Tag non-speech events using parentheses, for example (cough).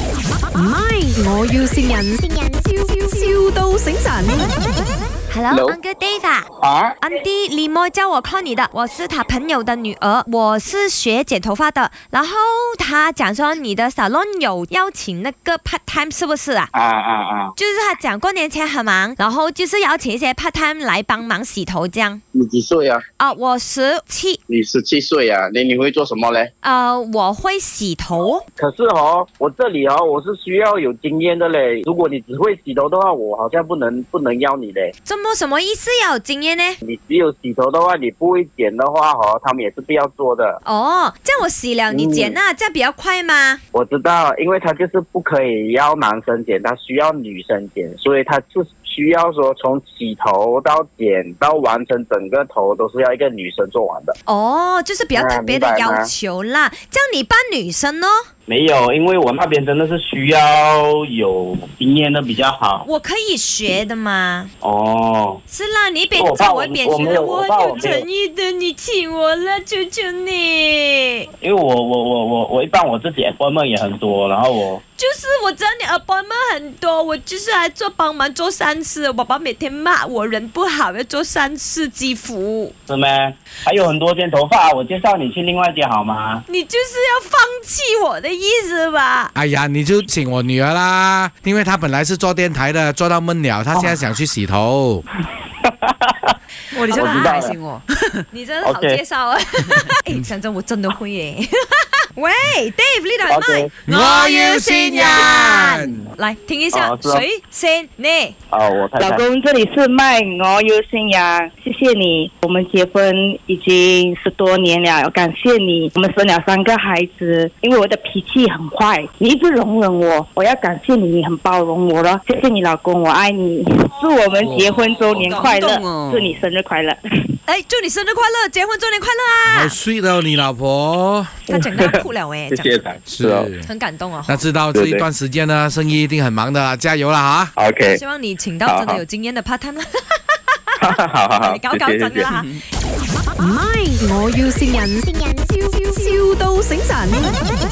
唔係，我要善人，笑笑到醒神。 Hello, Hello Uncle Dave 啊啊， ，Andy 李莫叫我 Connie 的，我是他朋友的女儿，我是学剪头发的。然后他讲说你的 salon 有邀请那个 part time 是不是啊？啊啊啊！就是他讲过年前很忙，然后就是邀请一些 part time 来帮忙洗头这样。你几岁啊？啊，我十七，你十七岁啊？你你会做什么嘞？呃，我会洗头。可是哦，我这里哦，我是需要有经验的嘞。如果你只会洗头的话，我好像不能不能要你嘞。这么什么意思要有经验呢？你只有洗头的话，你不会剪的话哦，他们也是不要做的。哦，这样我洗了你剪嗯啊，这样比较快吗？我知道，因为他就是不可以要男生剪，他需要女生剪，所以他是需要说从洗头到剪到完成整个头都是要一个女生做完的。哦，就是比较特别的啊明白要吗求啦。这样你扮女生哦，没有，因为我那边真的是需要有经验的比较好我可以学的嘛。哦。是啦，你一边我怕做我一边我没学，有我怕有我没有诚意的，你请我了，求求你。因为我我我我我一般我自己 F M 也很多，然后我就是我知道你 appointment 很多，我就是还做帮忙做善事。我爸爸每天骂我人不好，要做善事积福。是咩，还有很多剪头发，我介绍你去另外一间好吗？你就是要放弃我的意思吧？哎呀，你就请我女儿啦，因为她本来是做电台的，做到闷了，她现在想去洗头。我哋真係大笑 (laughs) 我，你真的好 OK 介绍 (laughs) 啊！哎、讲真，我真的会耶。 (laughs) 喂，Dave 呢度 OK 系咪？我要先人，来听一下哦，是啊谁先你？哦，我太老太，公，这里是麦，我有信仰，谢谢你。我们结婚已经十多年了，感谢你。我们生了三个孩子，因为我的脾气很坏，你一直容忍我，我要感谢你，你很包容我了。谢谢你，老公，我爱你。祝我们结婚周年快乐好感动哦，祝你生日快乐。哎，祝你生日快乐，结婚周年快乐好啊！ sweet 哦，你老婆他整个哭了 (laughs) 哎，谢讲谢的。是。啊哦很感动哦。那知道这一段时间呢，生意一定很忙的啦，加油啦哈！ ，OK，希望你请到真好的好有经验的 part time 啦，好好好， (laughs) 你搞搞谢谢震啊谢噶谢。啦。唔係，我要善人，笑笑到醒神。